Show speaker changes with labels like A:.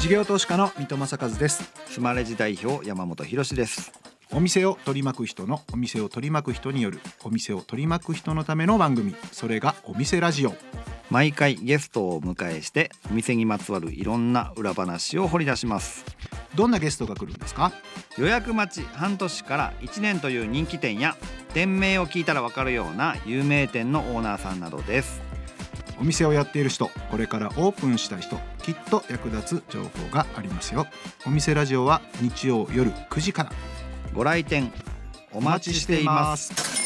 A: 事業投資家の水戸正和です
B: スマレジ代表山本博史です。
A: お店を取り巻く人のお店を取り巻く人によるお店を取り巻く人のための番組それがお店ラジオ
B: 毎回ゲストをお迎えしてお店にまつわるいろんな裏話を掘り出します。
A: どんなゲストが来るんですか
B: 予約待ち半年から1年という人気店や店名を聞いたらわかるような有名店のオーナーさんなどです。
A: お店をやっている人これからオープンしたい人きっと役立つ情報がありますよお店ラジオは日曜夜9時から
B: ご来店お待ちしています。
A: す